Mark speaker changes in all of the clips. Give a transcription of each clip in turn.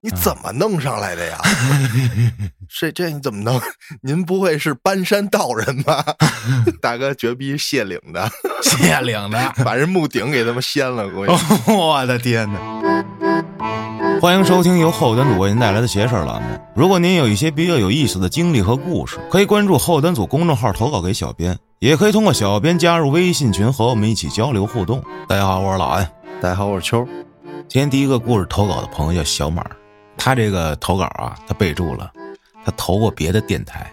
Speaker 1: 你
Speaker 2: 嗯
Speaker 1: 怎么弄上来 的呀？这这你怎么弄？您不会是搬山道人 吧？大哥绝逼卸岭的，
Speaker 2: 谢领的。
Speaker 1: 把人木顶给他们掀了，估计。
Speaker 2: 哦我的天哪！欢迎收听由后端组为您带来的“邪事儿”栏目。如果您有一些比较有意思的经历和故事，可以关注后端组公众号投稿给小编，也可以通过小编加入微信群和我们一起交流互动。大家好，我是老安。
Speaker 1: 大家好，我是秋。
Speaker 2: 今天第一个故事投稿的朋友叫小马，他这个投稿啊，他备注了，他投过别的电台，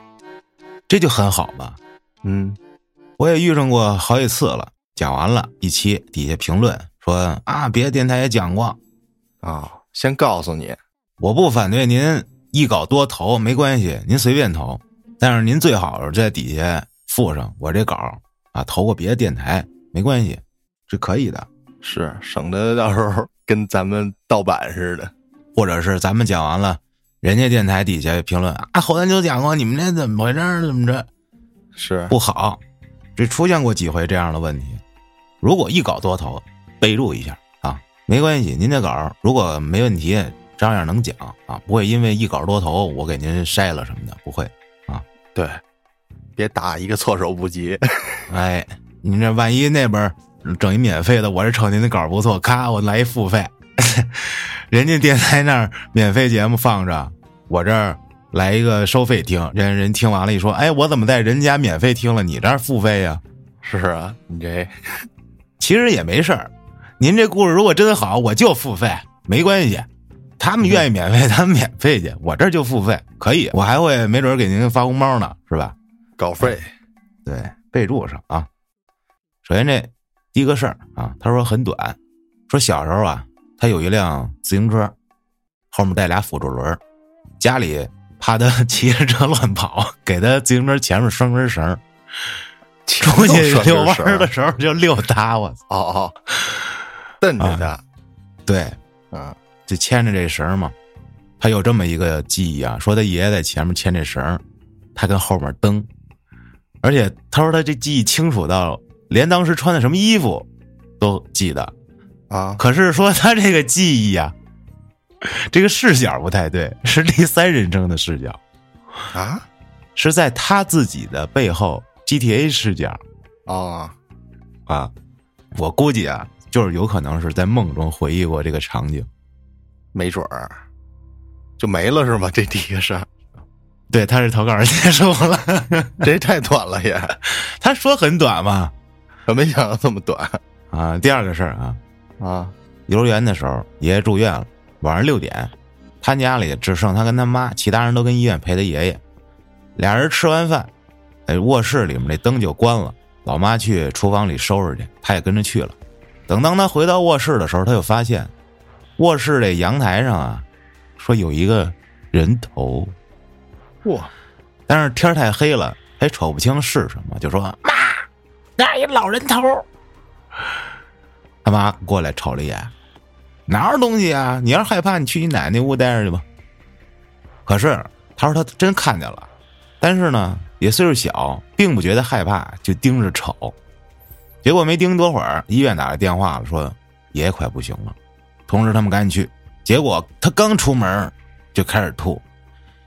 Speaker 2: 这就很好嘛。
Speaker 1: 嗯，
Speaker 2: 我也遇上过好几次了，讲完了一期，底下评论说啊，别的电台也讲过，
Speaker 1: 啊、先告诉你，
Speaker 2: 我不反对您一稿多投，没关系，您随便投，但是您最好是在底下附上我这稿啊，投过别的电台没关系，是可以的，
Speaker 1: 是省得到时候跟咱们盗版似的。
Speaker 2: 或者是咱们讲完了，人家电台底下评论啊，后来就讲过，你们这怎么回事儿，怎么着
Speaker 1: 是，
Speaker 2: 不好，这出现过几回这样的问题。如果一稿多投，备注一下啊，没关系，您这稿如果没问题，照样能讲啊，不会因为一稿多投我给您筛了什么的，不会。
Speaker 1: 对，别打一个措手不及。
Speaker 2: 哎，你这万一那边整一免费的，我这瞅您的稿不错，咔，我来一付费， 人家电台那儿免费节目放着，我这儿来一个收费听，人人听完了一说，哎，我怎么在人家免费听了，你这儿付费呀、
Speaker 1: 是啊，你这
Speaker 2: 其实也没事儿，您这故事如果真好，我就付费，没关系。他们愿意免费，他们免费去，我这儿就付费，可以，我还会没准儿给您发红包呢，是吧？
Speaker 1: 稿费
Speaker 2: 哎对，备注上啊。首先这第一个事儿啊，他说很短，说小时候啊，他有一辆自行车，后面带俩辅助轮儿，家里怕他骑着车乱跑，给他自行车前面拴根绳儿，出去遛弯儿的
Speaker 1: 的。
Speaker 2: 时候就遛他，我操！
Speaker 1: 哦哦，瞪
Speaker 2: 啊
Speaker 1: 着他。
Speaker 2: 对，
Speaker 1: 嗯，
Speaker 2: 就牵着这绳儿嘛。他有这么一个记忆啊，说他爷爷在前面牵这绳儿，他跟后面蹬，而且他说他这记忆清楚到连当时穿的什么衣服都记得。
Speaker 1: 啊，
Speaker 2: 可是说他这个记忆啊，这个视角不太对，是第三人称的视角，
Speaker 1: 啊
Speaker 2: 是在他自己的背后 GTA 视角
Speaker 1: 哦，
Speaker 2: 啊。我估计啊，就是有可能是在梦中回忆过这个场景。
Speaker 1: 没准儿就没了是吗？这第一个事儿，
Speaker 2: 对，他是投稿人结束了。
Speaker 1: 这太短了也，
Speaker 2: 他说很短嘛，
Speaker 1: 我没想到这么短
Speaker 2: 啊，第二个事儿啊，
Speaker 1: 啊。
Speaker 2: 幼儿园的时候，爷爷住院了，晚上六点，他家里只剩他跟他妈，其他人都跟医院陪他爷爷。俩人吃完饭，哎，卧室里面那灯就关了，老妈去厨房里收拾去，他也跟着去了。等当他回到卧室的时候，他就发现卧室这阳台上啊，说有一个人头，
Speaker 1: 哇，
Speaker 2: 但是天儿太黑了，还瞅不清是什么，就说妈，那儿一老人头儿。他妈过来瞅了一眼，哪儿东西啊？你要是害怕，你去你奶奶屋待着去吧。可是他说他真看见了，但是呢，也岁数小，并不觉得害怕，就盯着瞅。结果没盯多会儿，医院打来电话了，说爷爷快不行了，通知他们赶紧去。结果他刚出门就开始吐，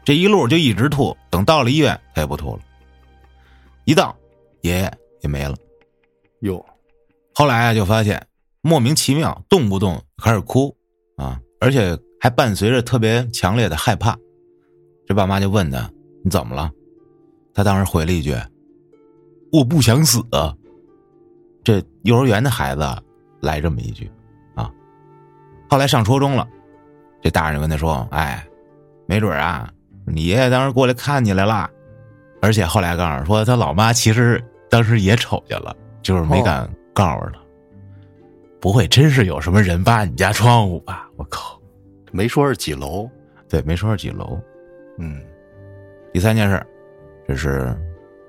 Speaker 2: 这一路就一直吐，等到了医院他也不吐了，一到爷爷也没了。
Speaker 1: 哟，
Speaker 2: 后来啊，就发现莫名其妙，动不动开始哭啊，而且还伴随着特别强烈的害怕。这爸妈就问他：“你怎么了？”他当时回了一句：“我不想死。”啊这幼儿园的孩子来这么一句啊。后来上初中了，这大人跟他说：“哎，没准啊，你爷爷当时过来看你来了。”而且后来告诉说，他老妈其实当时也瞅见了，就是没敢告诉他。不会真是有什么人扒你家窗户吧？我靠！
Speaker 1: 没说是几楼，
Speaker 2: 对，没说是几楼。
Speaker 1: 嗯，
Speaker 2: 第三件事儿，这是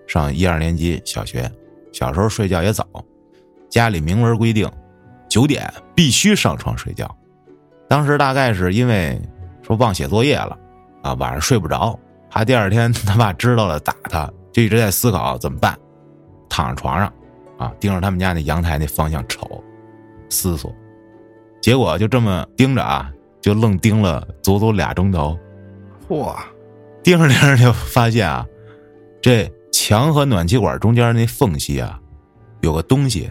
Speaker 2: 上一二年级小学，小时候睡觉也早，家里明文规定九点必须上床睡觉。当时大概是因为说忘写作业了啊，晚上睡不着，怕第二天 他爸知道了打他，就一直在思考怎么办，躺在床上啊，盯着他们家那阳台那方向瞅，思索，结果就这么盯着啊，就愣盯了足足俩钟头。
Speaker 1: 嚯，
Speaker 2: 盯着盯 着就发现啊，这墙和暖气管中间那缝隙啊，有个东西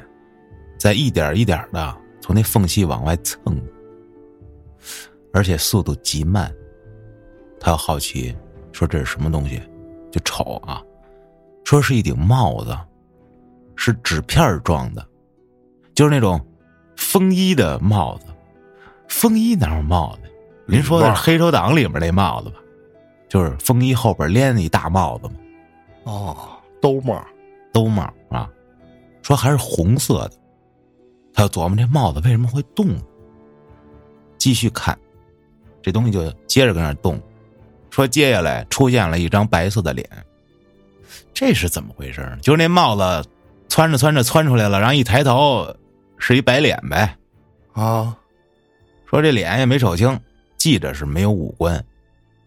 Speaker 2: 在一点一点的从那缝隙往外蹭，而且速度极慢。他又好奇说这是什么东西，就瞅啊，说是一顶帽子，是纸片儿装的，就是那种风衣的帽子。风衣哪有帽子？您说的是
Speaker 1: 帽儿
Speaker 2: 黑手党里面那帽子吧？就是风衣后边连着一大帽子嘛，
Speaker 1: 哦，兜帽儿，
Speaker 2: 兜帽啊，说还是红色的。他就琢磨这帽子为什么会动呢，继续看，这东西就接着跟那儿动，说接下来出现了一张白色的脸，这是怎么回事呢？就是那帽子窜着窜着窜出来了，然后一抬头是一白脸呗，
Speaker 1: 啊，
Speaker 2: 说这脸也没瞅清，记着是没有五官，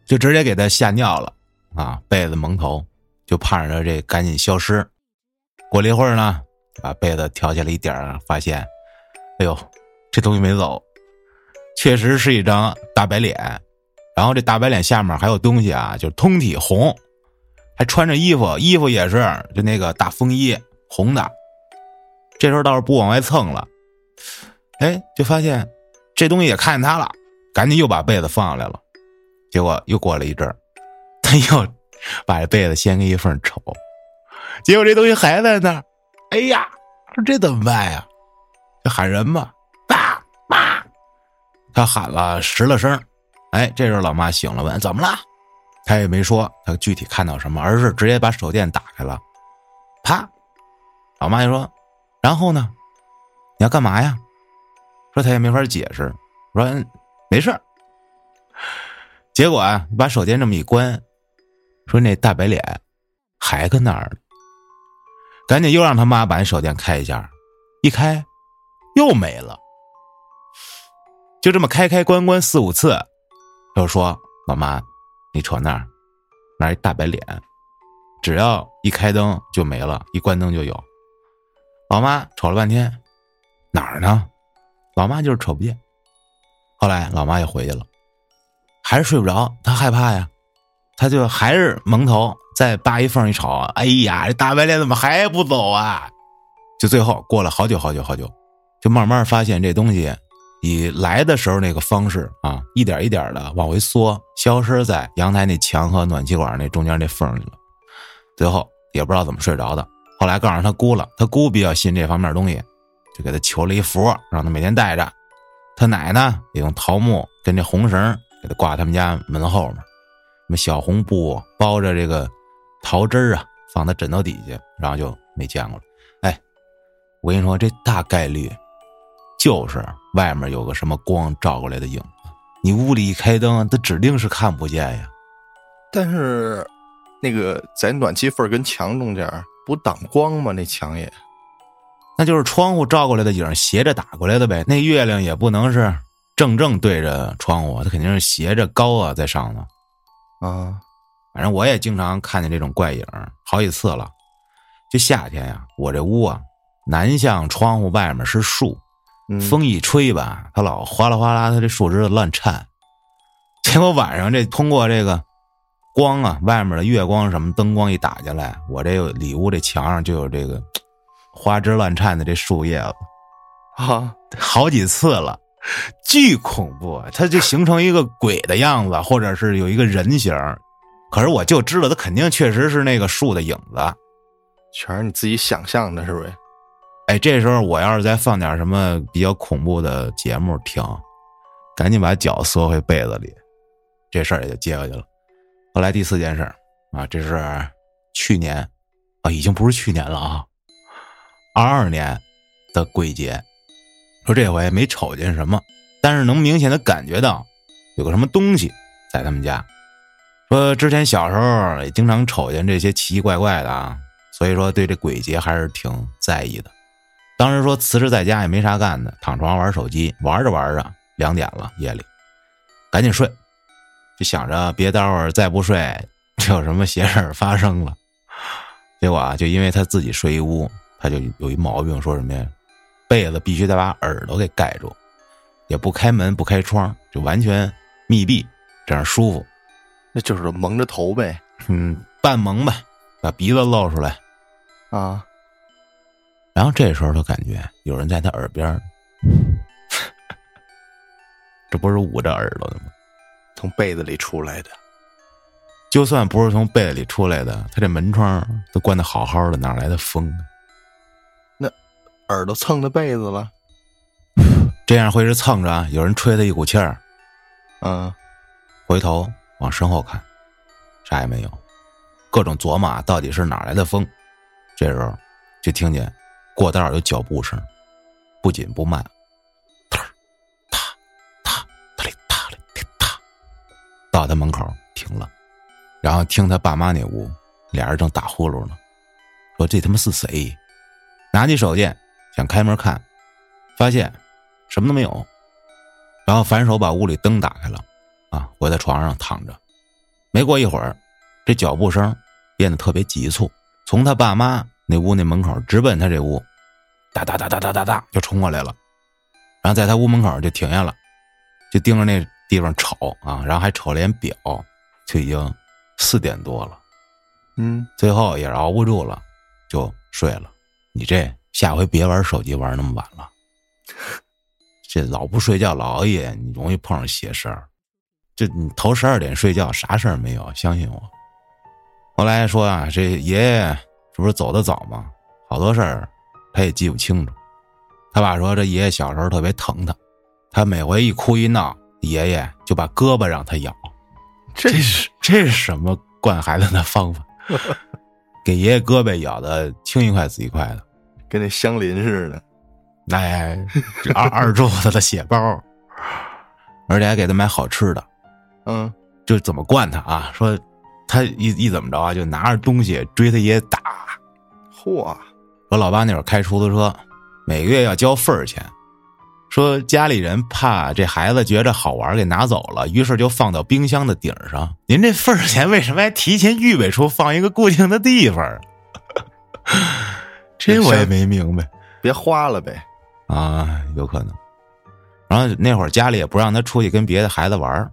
Speaker 2: 就直接给他吓尿了啊！被子蒙头，就盼着他这赶紧消失。过了一会儿呢，把被子调下来一点儿，发现，哎呦，这东西没走，确实是一张大白脸，然后这大白脸下面还有东西啊，就是通体红，还穿着衣服，衣服也是就那个大风衣红的。这时候倒是不往外蹭了，哎，就发现这东西也看见他了，赶紧又把被子放下来了。结果又过了一阵儿， 他又把这被子掀开一缝瞅，结果这东西还在那儿。哎呀，这怎么办呀？就喊人吧，爸妈。他喊了十来声，哎，这时候老妈醒了，问怎么了？他也没说他具体看到什么，而是直接把手电打开了，啪！老妈就说：“然后呢？你要干嘛呀？”说他也没法解释，说嗯没事儿。结果啊，把手电这么一关，说那大白脸还跟那儿呢，赶紧又让他妈把那手电开一下，一开又没了，就这么开开关关四五次，又说老妈，你瞅那儿，那儿一大白脸，只要一开灯就没了，一关灯就有。老妈瞅了半天，哪儿呢？老妈就是瞅不见。后来老妈也回去了，还是睡不着，她害怕呀，她就还是蒙头，再扒一缝一瞅，哎呀，这大白脸怎么还不走啊？就最后过了好久好久好久，就慢慢发现这东西以来的时候那个方式啊，一点一点的往回缩，消失在阳台那墙和暖气管那中间那缝里了。最后也不知道怎么睡着的，后来告诉他姑了，他姑比较信这方面的东西，就给他求了一符，让他每天带着。他奶呢，也用桃木跟这红绳给他挂他们家门后面，什么小红布包着这个桃枝儿啊，放在枕头底下，然后就没见过了。哎，我跟你说，这大概率就是外面有个什么光照过来的影子，你屋里一开灯，它指定是看不见呀。
Speaker 1: 但是那个在暖气缝儿跟墙中间儿不挡光吗？那墙也
Speaker 2: 那就是窗户照过来的影儿斜着打过来的呗。那月亮也不能是正正对着窗户，它肯定是斜着高啊在上头。
Speaker 1: 啊，
Speaker 2: 反正我也经常看见这种怪影儿，好几次了。就夏天呀、我这屋啊，南向窗户外面是树，
Speaker 1: 嗯
Speaker 2: 风一吹吧，它老哗啦哗啦，它这树枝子乱颤。 结果晚上这通过这个光啊，外面的月光什么灯光一打进来，我这有里屋这墙上就有这个花枝乱颤的这树叶子。
Speaker 1: 啊，
Speaker 2: 好几次了，巨恐怖，它就形成一个鬼的样子，或者是有一个人形儿。可是我就知道，它肯定确实是那个树的影子。
Speaker 1: 全是你自己想象的，是不是？
Speaker 2: 哎，这时候我要是再放点什么比较恐怖的节目听，赶紧把脚缩回被子里，这事儿也就接过去了。后来第四件事儿啊，这是去年啊，已经不是去年了啊，二二年的鬼节，说这回没瞅见什么，但是能明显的感觉到有个什么东西在他们家。说之前小时候也经常瞅见这些奇奇怪怪的啊，所以说对这鬼节还是挺在意的。当时说辞职在家也没啥干的，躺床上玩手机，玩着玩着两点了，夜里赶紧睡，就想着别待会儿再不睡就有什么邪事儿发生了。结果啊，就因为他自己睡一屋，他就有一毛病，说什么呀，被子必须得把耳朵给盖住，也不开门不开窗，就完全密闭，这样舒服。
Speaker 1: 那就是蒙着头呗
Speaker 2: 嗯，半蒙吧，把鼻子露出来。
Speaker 1: 啊，
Speaker 2: 然后这时候他感觉有人在他耳边儿，这不是捂着耳朵的吗？
Speaker 1: 从被子里出来的，
Speaker 2: 就算不是从被子里出来的，他这门窗都关得好好的，哪来的风啊？
Speaker 1: 耳朵蹭着被子了。
Speaker 2: 这样会是蹭着啊，有人吹他一股气儿。
Speaker 1: 嗯，
Speaker 2: 回头往身后看，啥也没有，各种琢磨啊到底是哪来的风。这时候就听见过道有脚步声，不紧不慢，踏儿踏踏踏哩踏哩踏踏，到他门口停了，然后听他爸妈那屋，俩人正打呼噜呢，说这他妈是谁？拿起手电想开门看，发现什么都没有，然后反手把屋里灯打开了。啊，我在床上躺着。没过一会儿，这脚步声变得特别急促，从他爸妈那屋那门口直奔他这屋，哒哒哒哒哒哒哒就冲过来了，然后在他屋门口就停下了，就盯着那地方瞅啊，然后还瞅了眼表，就已经四点多了，
Speaker 1: 嗯，
Speaker 2: 最后也是熬不住了，就睡了。你这下回别玩手机玩那么晚了，这老不睡觉老熬夜，你容易碰上邪事儿。这你头十二点睡觉，啥事儿没有，相信我。后来说啊，这爷爷这不是走的早吗？好多事儿他也记不清楚。他爸说，这爷爷小时候特别疼他，他每回一哭一闹，爷爷就把胳膊让他咬。
Speaker 1: 这
Speaker 2: 这是这是什么惯孩子的方法？给爷爷胳膊咬的青一块紫一块的，
Speaker 1: 跟那香邻似的。
Speaker 2: 哎，这二二柱子的血包，而且还给他买好吃的，
Speaker 1: 嗯，
Speaker 2: 就怎么惯他啊？说他一一怎么着啊，就拿着东西追他爷爷打。
Speaker 1: 嚯，
Speaker 2: 我老爸那会儿开出租车，每个月要交份儿钱，说家里人怕这孩子觉着好玩儿给拿走了，于是就放到冰箱的顶儿上。您这份儿钱为什么还提前预备出放一个固定的地方儿？这我也没明白
Speaker 1: 别花了呗。
Speaker 2: 啊，有可能。然后那会儿家里也不让他出去跟别的孩子玩儿，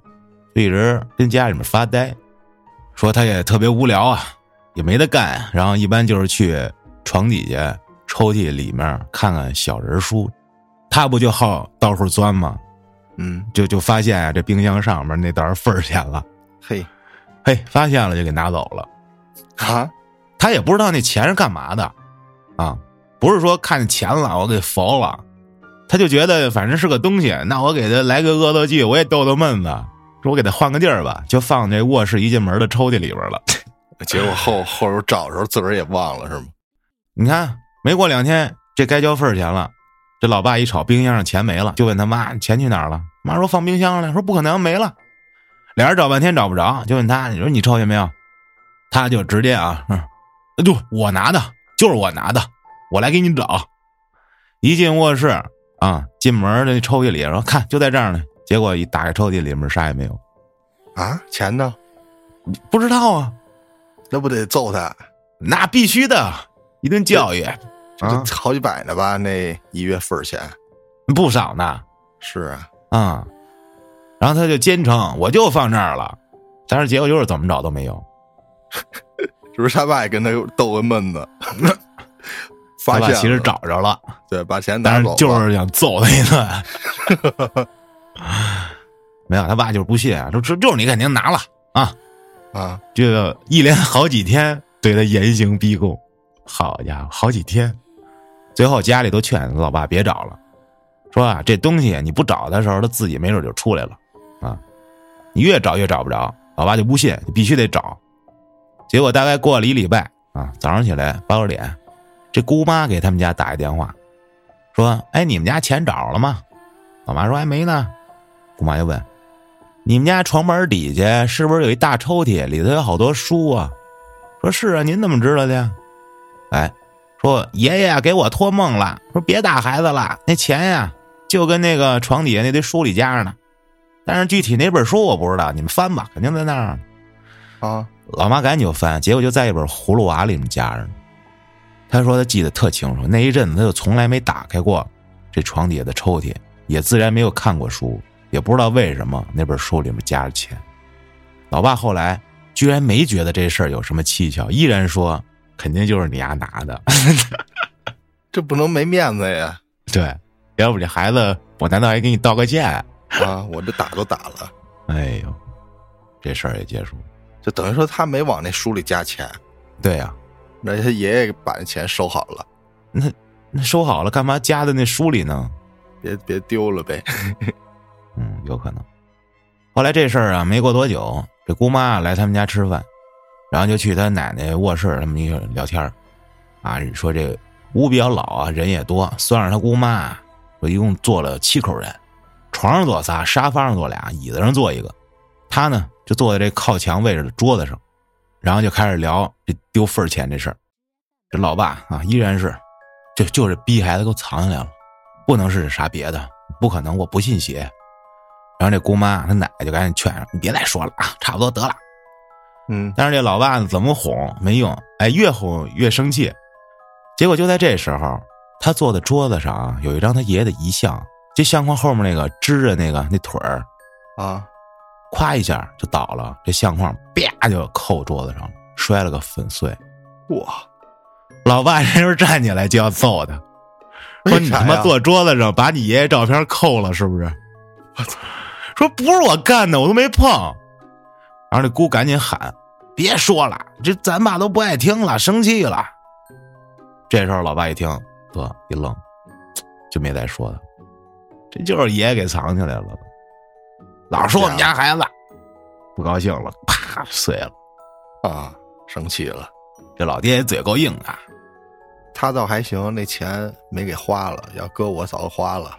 Speaker 2: 就一直跟家里面发呆，说他也特别无聊啊，也没得干，然后一般就是去床底下抽屉里面看看小人书，他不就好到处钻吗？
Speaker 1: 嗯，
Speaker 2: 就就发现啊，这冰箱上面那袋儿份儿钱了，
Speaker 1: 嘿，
Speaker 2: 嘿，发现了就给拿走了。
Speaker 1: 啊，
Speaker 2: 他也不知道那钱是干嘛的，啊，不是说看见钱了我给佛了，他就觉得反正是个东西，那我给他来个恶作剧，我也逗逗闷子，说我给他换个地儿吧，就放这卧室一进门的抽屉里边了。
Speaker 1: 结果后后边找的时候自个儿也忘了是吗？
Speaker 2: 你看，没过两天，这该交份儿钱了。这老爸一吵，冰箱上钱没了，就问他妈钱去哪儿了。妈说放冰箱上了，说不可能没了。俩人找半天找不着，就问他，你说你抽去没有？他就直接啊，嗯，就我拿的，就是我拿的，我来给你找。一进卧室啊，进门那抽屉里说看就在这儿呢。结果一打开抽屉，里面啥也没有，
Speaker 1: 啊，钱呢？
Speaker 2: 不知道啊，
Speaker 1: 那不得揍他
Speaker 2: 那必须的，一顿教育啊
Speaker 1: 这，好几百呢吧？那一月份儿钱
Speaker 2: 不少呢。
Speaker 1: 是啊，
Speaker 2: 啊、然后他就坚称我就放这儿了，但是结果就是怎么找都没有。
Speaker 1: 是不是他爸也跟他逗个闷子？
Speaker 2: 他
Speaker 1: 发
Speaker 2: 爸
Speaker 1: 现
Speaker 2: 其实
Speaker 1: 了
Speaker 2: 找着了，
Speaker 1: 对，把钱拿
Speaker 2: 但
Speaker 1: 走
Speaker 2: 是
Speaker 1: 了，
Speaker 2: 就是想揍他一顿。 没有，他爸就是不信啊，说这就是你肯定拿了啊，
Speaker 1: 啊，
Speaker 2: 就一连好几天对他严刑逼供。好家伙，好几天，最后家里都劝老爸别找了，说啊这东西你不找的时候，他自己没准就出来了啊，你越找越找不着。老爸就不信，必须得找。结果大概过了一礼拜啊，早上起来八九点，这姑妈给他们家打一电话，说：“哎，你们家钱找着了吗？”老妈说：“还哎没呢。”姑妈就问：“你们家床门底下是不是有一大抽屉，里头有好多书啊？”说：“是啊，您怎么知道的呀？”哎，说爷爷啊给我托梦了，说别打孩子了，那钱呀、就跟那个床底下那堆书里夹着呢，但是具体哪本书我不知道，你们翻吧，肯定在那儿呢。
Speaker 1: 啊，
Speaker 2: 老妈赶紧就翻，结果就在一本葫芦娃里面夹着呢。他说他记得特清楚，那一阵子他就从来没打开过这床底下的抽屉，也自然没有看过书，也不知道为什么那本书里面夹着钱。老爸后来居然没觉得这事儿有什么蹊跷，依然说肯定就是你丫拿的。
Speaker 1: 这不能没面子呀！
Speaker 2: 对，要不这孩子，我难道还给你道个歉？
Speaker 1: 啊，我这打都打了，
Speaker 2: 哎呦，这事儿也结束了。
Speaker 1: 就等于说他没往那书里加钱，
Speaker 2: 对啊呀、
Speaker 1: 那他爷爷把那钱收好了，
Speaker 2: 那收好了干嘛夹在那书里呢？
Speaker 1: 别别丢了呗。
Speaker 2: 嗯，有可能。后来这事儿啊，没过多久，这姑妈来他们家吃饭，然后就去他奶奶卧室，他们一个聊天儿啊，说这屋比较老啊，人也多，算上他姑妈，我一共坐了七口人，床上坐仨，沙发上坐俩，椅子上坐一个，他呢就坐在这靠墙位置的桌子上，然后就开始聊这丢份儿钱这事儿。这老爸啊，依然是就就是逼孩子给我藏起来了，不能是啥别的，不可能，我不信邪。然后这姑妈她奶就赶紧劝上，你别再说了啊，差不多得了。
Speaker 1: 嗯，
Speaker 2: 但是这老爸呢，怎么哄没用，哎，越哄越生气。结果就在这时候，他坐在桌子上啊，有一张他爷爷的遗像，这相框后面那个支着那个那腿儿，
Speaker 1: 啊，
Speaker 2: 咵一下就倒了，这相框啪就扣桌子上了，摔了个粉碎。
Speaker 1: 哇，
Speaker 2: 老爸这时候站起来就要揍他，说你他
Speaker 1: 为啥
Speaker 2: 妈
Speaker 1: 呀
Speaker 2: 坐桌子上把你爷爷照片扣了是不是？
Speaker 1: 我操，
Speaker 2: 说不是我干的，我都没碰。然后这姑赶紧喊：“别说了，这咱爸都不爱听了，生气了。”这时候老爸一听，呵，一愣，就没再说他。这就是爷爷给藏起来了，老说我们家孩子不高兴了，啪碎了。
Speaker 1: 啊，生气了。
Speaker 2: 这老爹爷嘴够硬啊，
Speaker 1: 他倒还行，那钱没给花了，要搁我早花了。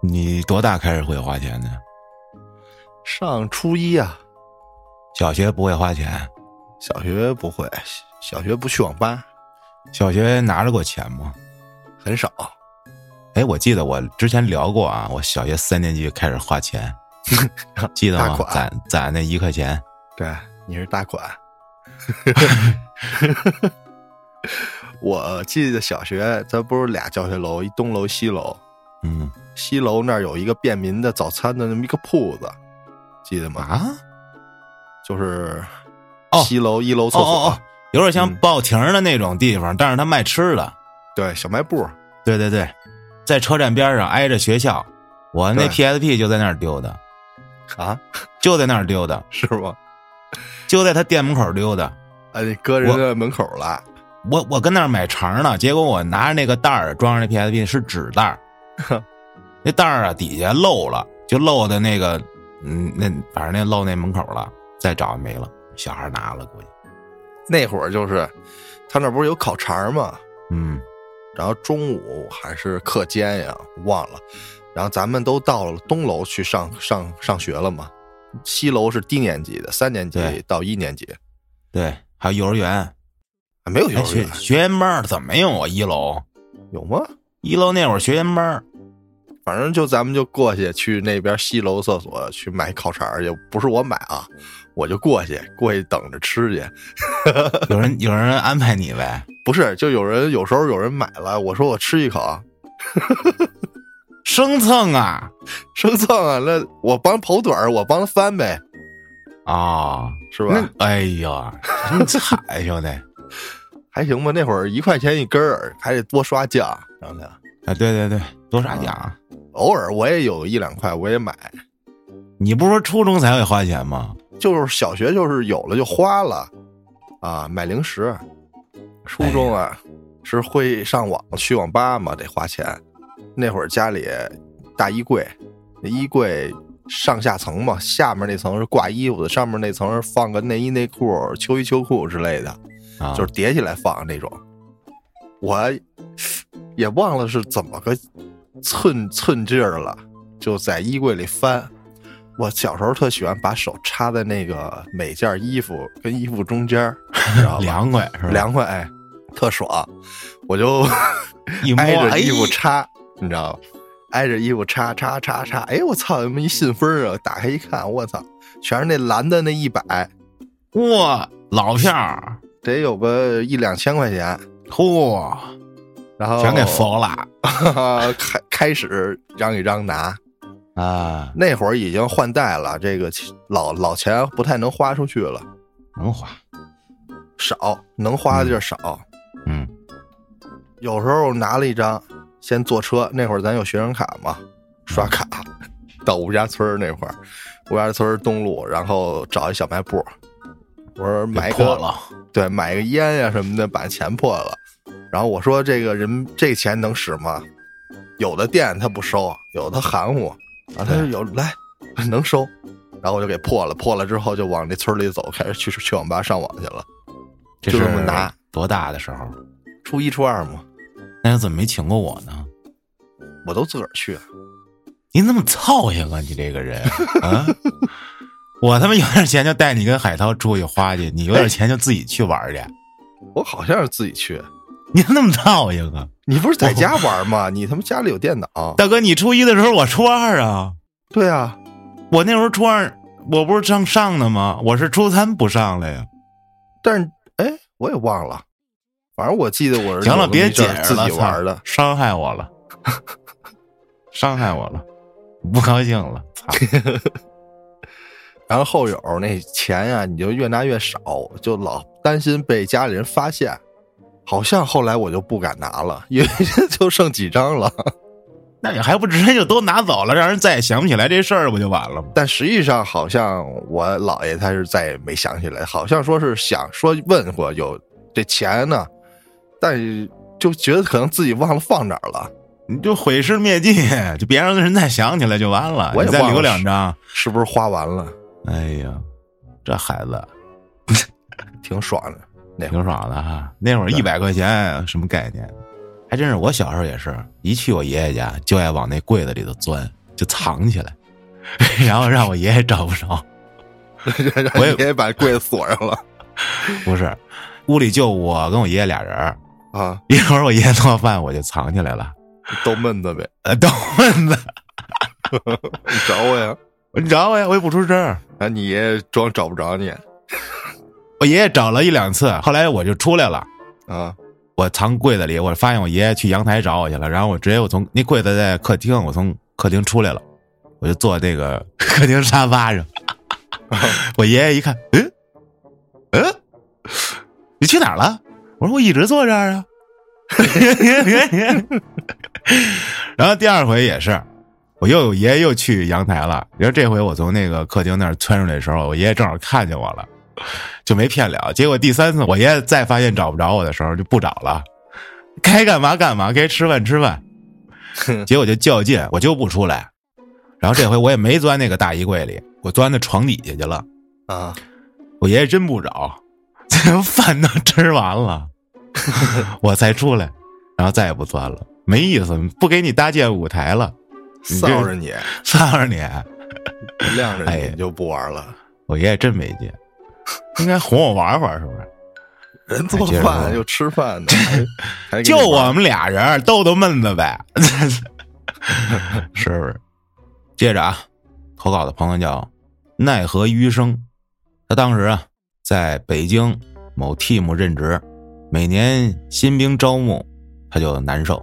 Speaker 2: 你多大开始会花钱的？
Speaker 1: 上初一啊，
Speaker 2: 小学不会花钱，
Speaker 1: 小学不会，小学不去网吧，
Speaker 2: 小学拿着过钱吗？
Speaker 1: 很少。
Speaker 2: 哎，我记得我之前聊过啊，我小学三年级开始花钱，记得
Speaker 1: 大
Speaker 2: 吗？
Speaker 1: 款
Speaker 2: 攒攒那一块钱，
Speaker 1: 对，你是大 款。我记得小学，咱不是俩教学楼，一东楼西楼，
Speaker 2: 嗯
Speaker 1: 西楼那儿有一个便民的早餐的那么一个铺子，记得吗？
Speaker 2: 啊，
Speaker 1: 就是
Speaker 2: 哦
Speaker 1: 西楼一楼厕
Speaker 2: 哦
Speaker 1: 所，
Speaker 2: 哦哦，有点像
Speaker 1: 嗯
Speaker 2: 报亭的那种地方，但是他卖吃的，
Speaker 1: 对，小卖部。
Speaker 2: 对对对，在车站边上挨着学校，我那
Speaker 1: 对
Speaker 2: PSP 就在那儿丢的，
Speaker 1: 啊，
Speaker 2: 就在那儿丢的，
Speaker 1: 是吗？
Speaker 2: 就在他店门口丢的。
Speaker 1: 啊，你搁人家门口了，
Speaker 2: 我我跟那儿买肠呢，结果我拿着那个袋儿装着那 PSP 是纸袋儿， 那袋儿啊底下漏了，就漏的那个嗯那反正那漏那门口了，再找没了，小孩拿了估计，
Speaker 1: 那会儿就是他那不是有烤肠吗？
Speaker 2: 嗯
Speaker 1: 然后中午还是课间呀，忘了。然后咱们都到了东楼去上上上学了嘛，西楼是低年级的，三年
Speaker 2: 对
Speaker 1: 级到一年级，
Speaker 2: 对，还有幼儿园，
Speaker 1: 啊、没有幼
Speaker 2: 哎
Speaker 1: 儿
Speaker 2: 学
Speaker 1: 园
Speaker 2: 学员班儿怎么没有啊？一楼
Speaker 1: 有吗？
Speaker 2: 一楼那会儿学员 班儿，
Speaker 1: 反正就咱们就过去去那边西楼厕所去买烤肠去，不是我买啊，我就过去过去等着吃去。
Speaker 2: 有人有人安排你呗，
Speaker 1: 不是，就有人有时候有人买了，我说我吃一口，
Speaker 2: 生蹭啊
Speaker 1: 生蹭啊，那我帮跑腿儿，我帮他翻呗，
Speaker 2: 啊、哦，
Speaker 1: 是吧？
Speaker 2: 那哎呀，真惨呀兄弟啊！
Speaker 1: 还行吧，那会儿一块钱一根儿，还得多刷酱，想想。
Speaker 2: 对对对，多傻奖啊！
Speaker 1: 偶尔我也有一两块，我也买。
Speaker 2: 你不是说初中才会花钱吗？
Speaker 1: 就是小学就是有了就花了，啊，买零食。初中啊、是会上网去网吧嘛，得花钱。那会儿家里大衣柜，那衣柜上下层嘛，下面那层是挂衣服的，上面那层是放个内衣内裤、秋衣秋裤之类的，
Speaker 2: 啊，
Speaker 1: 就是叠起来放那种。我也忘了是怎么个寸寸劲儿了，就在衣柜里翻。我小时候特喜欢把手插在那个每件衣服跟衣服中间儿，你知道吧
Speaker 2: 凉快是吧？
Speaker 1: 凉快，哎，特爽。我就
Speaker 2: 一摸，
Speaker 1: 挨着
Speaker 2: 哎，
Speaker 1: 衣服插，你知道吗？挨着衣服插插插插，哎，我操，他妈一信封儿啊！打开一看，我操，全是那蓝的那一百，
Speaker 2: 哇，老票儿，
Speaker 1: 得有个一两千块钱。
Speaker 2: 嚯，
Speaker 1: 然后
Speaker 2: 全给否了
Speaker 1: 开开始让一张拿，
Speaker 2: 啊，
Speaker 1: 那会儿已经换代了，这个钱老老钱不太能花出去了，
Speaker 2: 能花，
Speaker 1: 少能花的地儿少。
Speaker 2: 嗯
Speaker 1: 有时候拿了一张，先坐车。那会儿咱有学生卡嘛，刷卡到吴家村儿那会儿，吴家村儿东路，然后找一小卖部，我说买
Speaker 2: 给
Speaker 1: 一
Speaker 2: 破
Speaker 1: 个
Speaker 2: 了，
Speaker 1: 对，买个烟呀、什么的，把钱破了。然后我说这个人这钱能使吗？有的店他不收，有的含糊，啊，他说有来能收，然后我就给破了，破了之后就往那村里走，开始去去网吧上网去了。
Speaker 2: 这
Speaker 1: 就是这么拿
Speaker 2: 多大的时候？
Speaker 1: 初一初二嘛，
Speaker 2: 那他怎么没请过我呢？
Speaker 1: 我都自个儿去，
Speaker 2: 你怎么操性啊？你这个人啊！ 我他妈有点钱就带你跟海涛出去花去，你有点钱就自己去玩去，
Speaker 1: 我好像是自己去。
Speaker 2: 你怎么那么操性啊？
Speaker 1: 你不是在家玩吗？你他妈家里有电脑？
Speaker 2: 大哥，你初一的时候我初二啊，
Speaker 1: 对啊，
Speaker 2: 我那时候初二，我不是正上呢吗？我是初三不上了呀。
Speaker 1: 但是哎，我也忘了，反正我记得我是有
Speaker 2: 行
Speaker 1: 那
Speaker 2: 了，
Speaker 1: 么
Speaker 2: 别
Speaker 1: 一
Speaker 2: 解
Speaker 1: 阵儿
Speaker 2: 释
Speaker 1: 自
Speaker 2: 了，
Speaker 1: 己玩的
Speaker 2: 操。伤害我了， 伤害我了，不高兴了，操！
Speaker 1: 然后后友那钱呀、你就越拿越少，就老担心被家里人发现。好像后来我就不敢拿了，因为就剩几张了。
Speaker 2: 那你还不直接就都拿走了，让人再也想不起来这事儿，不就完了吗？
Speaker 1: 但实际上，好像我姥爷他是再也没想起来，好像说是想说问过有这钱呢，但是就觉得可能自己忘了放哪儿了。
Speaker 2: 你就毁尸灭迹，就别让人再想起来就完了。
Speaker 1: 我也
Speaker 2: 你再
Speaker 1: 忘了
Speaker 2: 留两张。
Speaker 1: 是不是花完了？
Speaker 2: 哎呀，这孩子
Speaker 1: 挺爽的。
Speaker 2: 挺爽的哈！那会儿一百块钱什么概念？还真是，我小时候也是一去我爷爷家就爱往那柜子里头钻，就藏起来， 然后让我爷爷找不着。我也
Speaker 1: 让爷爷把柜子锁上了
Speaker 2: 不是，屋里就我跟我爷爷俩人儿，
Speaker 1: 啊，
Speaker 2: 一会儿我爷爷做饭我就藏起来了。
Speaker 1: 逗闷子呗，
Speaker 2: 呃，等 问子，
Speaker 1: 你找我呀？
Speaker 2: 你找我呀，我也不出声儿。
Speaker 1: 啊，你爷爷装找不着你
Speaker 2: 我爷爷找了一两次，后来我就出来了。
Speaker 1: 啊，
Speaker 2: 我藏柜子里，我发现我爷爷去阳台找我去了，然后我直接我从那柜子在客厅，我从客厅出来了，我就坐那个客厅沙发上。 我爷爷一看，嗯，嗯，你去哪儿了？我说我一直坐这儿啊。 然后第二回也是，我又我爷爷又去阳台了。你说这回我从那个客厅那儿窜出来的时候，我爷爷正好看见我了。就没骗了。结果第三次我爷爷再发现找不着我的时候，就不找了，该干嘛干嘛，该吃饭吃饭。结果就较劲，我就不出来。然后这回我也没钻那个大衣柜里，我钻到床底下去了。
Speaker 1: 啊，
Speaker 2: 我爷爷真不找， 饭都吃完了，我才出来，然后再也不钻了，没意思，不给你搭建舞台了， 你这
Speaker 1: 臊着你，
Speaker 2: 骚扰你。
Speaker 1: 晾着
Speaker 2: 哎
Speaker 1: 你，你就不玩了。
Speaker 2: 我爷爷真没劲，应该哄我玩会儿，是不是？
Speaker 1: 人做
Speaker 2: 接着
Speaker 1: 饭
Speaker 2: 说
Speaker 1: 又吃饭呢， 还还给
Speaker 2: 哎就啊
Speaker 1: 你玩
Speaker 2: 我们俩人逗逗闷子 呗，是不是？接着啊，投稿的朋友叫奈何余生，他当时啊在北京某 team 任职，每年新兵招募他就难受，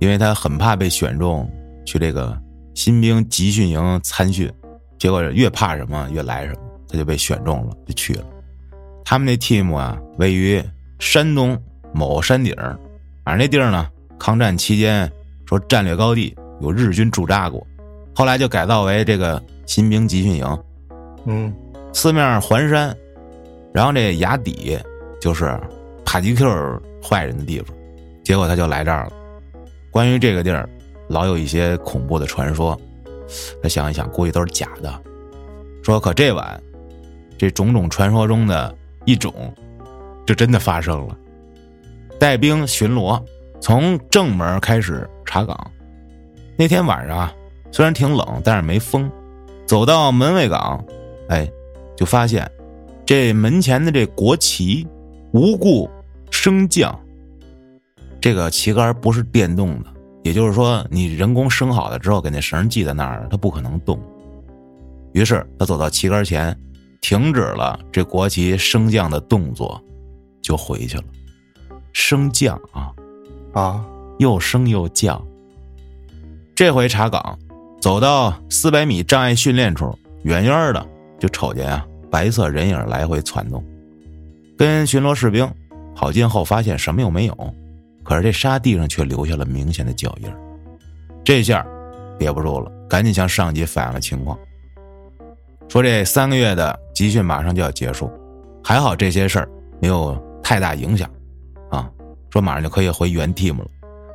Speaker 2: 因为他很怕被选中去这个新兵集训营参训，结果越怕什么越来什么，他就被选中了，就去了。他们那 team 啊，位于山东某山顶儿，反正那地儿呢，抗战期间说战略高地，有日军驻扎过，后来就改造为这个新兵集训营，
Speaker 1: 嗯
Speaker 2: 四面环山，然后这崖底就是帕吉 Q 坏人的地方，结果他就来这儿了。关于这个地儿，老有一些恐怖的传说，他想一想，估计都是假的。说可这晚，这种种传说中的一种，就真的发生了。带兵巡逻，从正门开始查岗。那天晚上啊，虽然挺冷，但是没风。走到门卫岗，哎，就发现这门前的这国旗无故升降，这个旗杆不是电动的，也就是说你人工升好了之后给那绳系在那儿，它不可能动。于是他走到旗杆前，停止了这国旗升降的动作，就回去了。升降啊，
Speaker 1: 啊，
Speaker 2: 又升又降。这回查岗，走到四百米障碍训练处，远远的就瞅见啊白色人影来回窜动。跟巡逻士兵跑近后，发现什么又没有，可是这沙地上却留下了明显的脚印儿。这下憋不住了，赶紧向上级反映了情况，说这三个月的集训马上就要结束，还好这些事儿没有太大影响，啊，说马上就可以回原 team 了。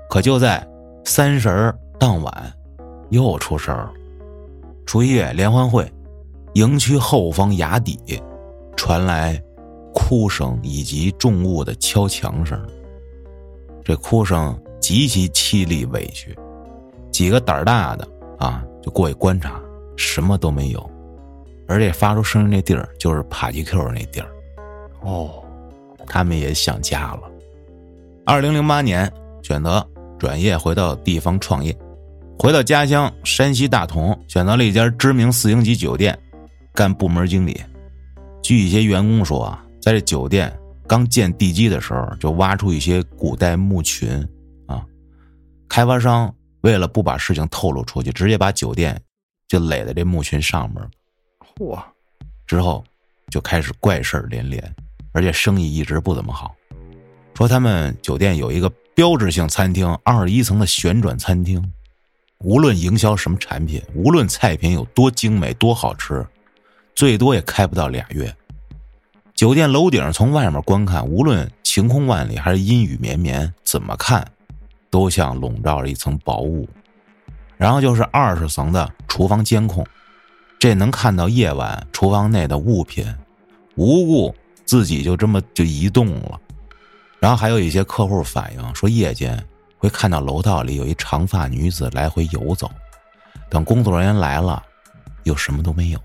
Speaker 2: 可就在三十儿当晚，又出事儿了。除夕夜联欢会，营区后方崖底传来哭声以及重物的敲墙声，这哭声极其凄厉委屈。几个胆儿大的啊，就过去观察，什么都没有。而这发出声音那地儿，就是帕吉 Q 那地儿，
Speaker 1: 哦，
Speaker 2: 他们也想家了。二零零八年，选择转业回到地方创业，回到家乡山西大同，选择了一家知名四星级酒店干部门经理。据一些员工说啊，在这酒店刚建地基的时候，就挖出一些古代墓群啊。开发商为了不把事情透露出去，直接把酒店就垒在这墓群上面了
Speaker 1: 嚯，
Speaker 2: 之后就开始怪事儿连连，而且生意一直不怎么好。说他们酒店有一个标志性餐厅，二十一层的旋转餐厅，无论营销什么产品，无论菜品有多精美、多好吃，最多也开不到俩月。酒店楼顶从外面观看，无论晴空万里还是阴雨绵绵，怎么看都像笼罩着一层薄雾。然后就是二十层的厨房监控，这能看到夜晚厨房内的物品，无故自己就这么就移动了。然后还有一些客户反映说，夜间会看到楼道里有一长发女子来回游走，等工作人员来了，又什么都没有。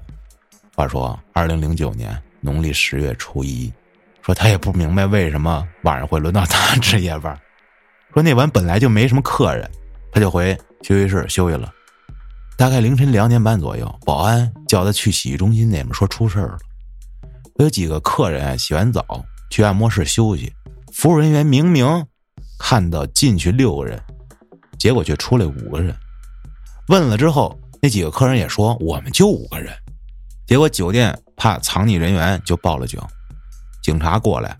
Speaker 2: 话说，二零零九年农历十月初一，说他也不明白为什么晚上会轮到他 值夜班，说那晚本来就没什么客人，他就回休息室休息了。大概凌晨两点半左右，保安叫他去洗浴中心那边，说出事儿了。有几个客人啊洗完澡去按摩室休息，服务人员明明看到进去六个人，结果却出来五个人。问了之后，那几个客人也说我们就五个人。结果酒店怕藏匿人员就报了警，警察过来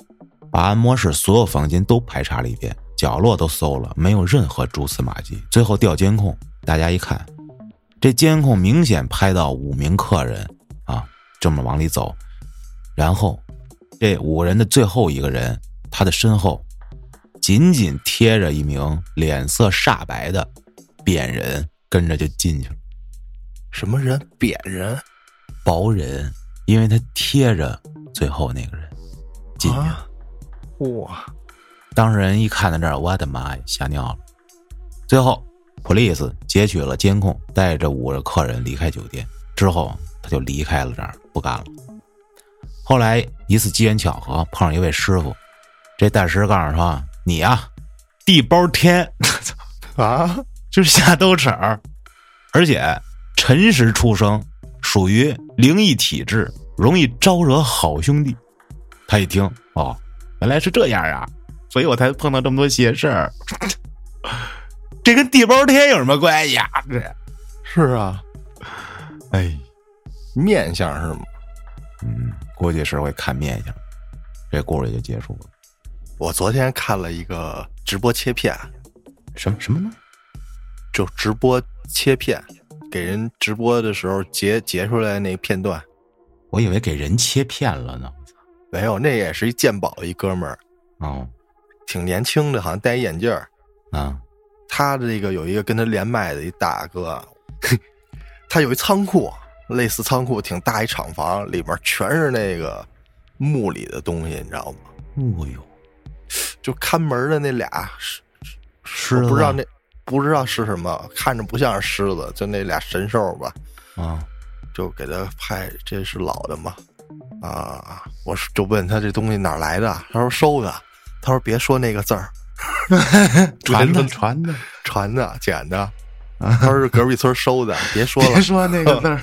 Speaker 2: 把按摩室所有房间都排查了一遍，角落都搜了，没有任何蛛丝马迹。最后调监控，大家一看，这监控明显拍到五名客人啊这么往里走，然后这五人的最后一个人，他的身后紧紧贴着一名脸色煞白的扁人，跟着就进去了。
Speaker 1: 什么人？扁人
Speaker 2: 薄人，因为他贴着最后那个人进去了。
Speaker 1: 啊！哇，
Speaker 2: 当事人一看到这儿，我的妈呀，吓尿了。最后，police 截取了监控，带着五个客人离开酒店之后，他就离开了这儿，不干了。后来一次机缘巧合，碰上一位师傅，这大师告诉他：“你啊，地包天，
Speaker 1: 啊，
Speaker 2: 就是下兜齿儿，而且辰时出生，属于灵异体质，容易招惹好兄弟。他一听，哦，原来是这样啊，所以我才碰到这么多邪事儿。这跟地包天有什么关系啊？这，
Speaker 1: 是啊，
Speaker 2: 哎，
Speaker 1: 面相是吗？
Speaker 2: 嗯，估计是会看面相。这故事也就结束了。
Speaker 1: 我昨天看了一个直播切片，
Speaker 2: 什么什么呢？
Speaker 1: 就直播切片，给人直播的时候截截出来那片段，
Speaker 2: 我以为给人切片了呢。
Speaker 1: 没有，那也是一鉴宝一哥们儿，
Speaker 2: 哦，
Speaker 1: 挺年轻的，好像戴一眼镜儿。
Speaker 2: 啊，
Speaker 1: 他这个有一个跟他连麦的一大哥， 他有一仓库，类似仓库挺大一厂房，里面全是那个墓里的东西，你知道吗？
Speaker 2: 哦呦，
Speaker 1: 就看门的那俩，是
Speaker 2: 狮子
Speaker 1: 不知道那不知道是什么，看着不像是狮子，就那俩神兽吧，
Speaker 2: 啊，
Speaker 1: 就给他拍，这是老的吗？啊，我是就问他这东西哪儿来的，他说收的，他说别说那个字儿，
Speaker 2: 传
Speaker 1: 的
Speaker 2: 的传 的，
Speaker 1: 传的捡的，他说是隔壁村收的，别说了，
Speaker 2: 说那个字儿。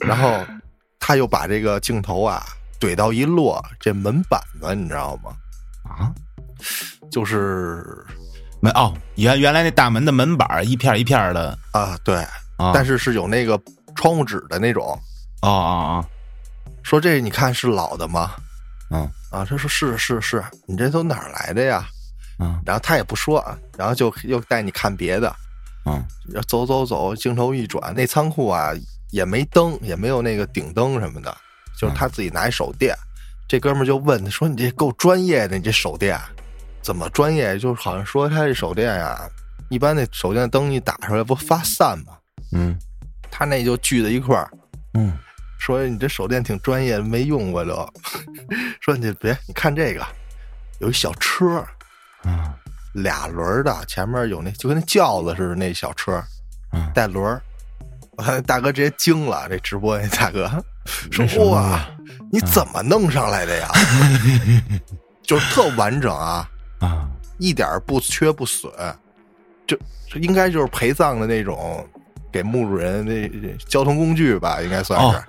Speaker 1: 然后他又把这个镜头啊怼到一摞这门板子，你知道吗？
Speaker 2: 啊，
Speaker 1: 就是
Speaker 2: 没哦，原原来那大门的门板儿一片儿一片儿的
Speaker 1: 啊，对，
Speaker 2: 啊，
Speaker 1: 但
Speaker 2: 是
Speaker 1: 是是有那个窗户纸的那种。
Speaker 2: 哦哦
Speaker 1: 说这你看是老的吗？
Speaker 2: 哦，嗯
Speaker 1: 啊，他说是是是，你这都哪儿来的呀？
Speaker 2: 嗯
Speaker 1: 然后他也不说，啊，然后就又带你看别的，
Speaker 2: 嗯
Speaker 1: 然后走走走，镜头一转，那仓库啊也没灯，也没有那个顶灯什么的，就是他自己拿一手电。这哥们儿就问说：“你这够专业的，你这手电怎么专业？就好像说他这手电呀、一般那手电灯一打出来不发散吗？
Speaker 2: 嗯
Speaker 1: 他那就聚在一块儿，
Speaker 2: 嗯，
Speaker 1: 说你这手电挺专业，没用过都。 说你别，你看这个，有一小车，
Speaker 2: 嗯
Speaker 1: 俩轮儿的，前面有那就跟那轿子似的那小车，
Speaker 2: 嗯
Speaker 1: 带轮儿。 我看大哥直接惊了，这直播那大哥说
Speaker 2: 这什么：“嗯东西
Speaker 1: 哇，你怎么弄上来的呀？” 就是特完整啊，
Speaker 2: 啊
Speaker 1: 一点儿不缺不损，就就应该就是陪葬的那种，给墓主人那那交通工具吧，应该算是。
Speaker 2: 哦